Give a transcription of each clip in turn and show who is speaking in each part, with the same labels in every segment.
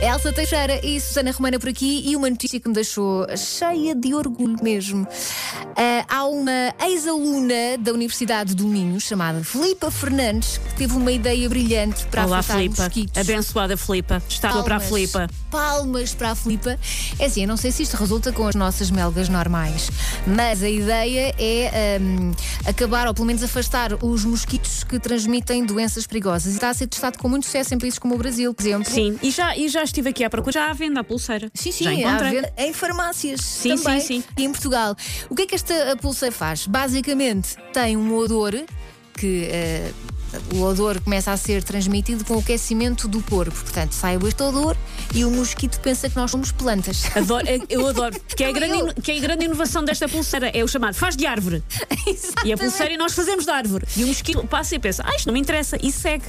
Speaker 1: Elsa Teixeira e Susana Romana por aqui e uma notícia que me deixou cheia de orgulho mesmo. Ah, há uma ex-aluna da Universidade do Minho, chamada Filipa Fernandes, que teve uma ideia brilhante para
Speaker 2: Olá,
Speaker 1: afastar
Speaker 2: Filipa.
Speaker 1: mosquitos.
Speaker 2: Abençoada Filipa. Estátua para a Filipa.
Speaker 1: Palmas para a Filipa. É assim, eu não sei se isto resulta com as nossas melgas normais, mas a ideia é hum, acabar ou pelo menos afastar os mosquitos que transmitem doenças perigosas. E está a ser testado com muito sucesso em países como o Brasil, por exemplo.
Speaker 2: Sim, e já, e já estive aqui à procura. Já à venda a pulseira.
Speaker 1: Sim,
Speaker 2: Já
Speaker 1: sim, há
Speaker 2: encontrei.
Speaker 1: venda em farmácias
Speaker 2: Sim,
Speaker 1: também
Speaker 2: sim, sim.
Speaker 1: e em Portugal. O que é que esta pulseira faz? Basicamente tem um odor que eh, o odor começa a ser transmitido com o aquecimento do corpo. Portanto, sai este odor e o mosquito pensa que nós somos plantas.
Speaker 2: Adoro- eu adoro. Que é, a
Speaker 1: Não,
Speaker 2: grande,
Speaker 1: eu.
Speaker 2: ino- que é a grande inovação desta pulseira. É o chamado faz de árvore. E a pulseira nós fazemos de árvore. E o mosquito passa e pensa, ah, isto não me interessa. E segue.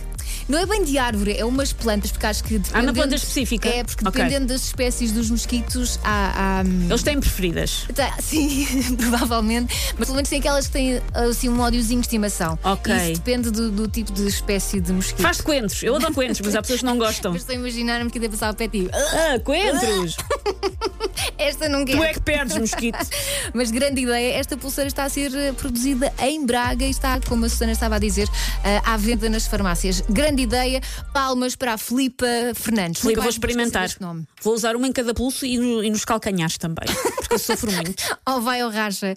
Speaker 1: Não é bem de árvore, é umas plantas, porque acho que dependendo...
Speaker 2: planta específica?
Speaker 1: É, porque
Speaker 2: Ok.
Speaker 1: dependendo das espécies dos mosquitos, há... há, hum,
Speaker 2: Eles têm preferidas.
Speaker 1: Tá, sim, provavelmente. Mas pelo menos tem aquelas que têm assim um ódiozinho de estimação.
Speaker 2: Ok.
Speaker 1: Isso depende do, do tipo de espécie de mosquito.
Speaker 2: Faz de coentros. Eu adoro coentros, mas há pessoas que não gostam.
Speaker 1: Mas estou a imaginar-me que ia passar ao pé de ti.
Speaker 2: Ah, coentros!
Speaker 1: Esta não
Speaker 2: Tu
Speaker 1: quero.
Speaker 2: é que perdes, mosquito.
Speaker 1: Mas grande ideia, esta pulseira está a ser eh, produzida em Braga e está, como a Susana estava a dizer, eh, à venda nas farmácias. Grande ideia, palmas para a Filipa Fernandes.
Speaker 2: Filipe,
Speaker 1: Nunca
Speaker 2: vou
Speaker 1: mais me esquecer
Speaker 2: experimentar.
Speaker 1: deste Nome.
Speaker 2: Vou usar uma em cada pulso e, no- e nos calcanhares também, porque eu sofro muito.
Speaker 1: Ou Oh, vai ou racha.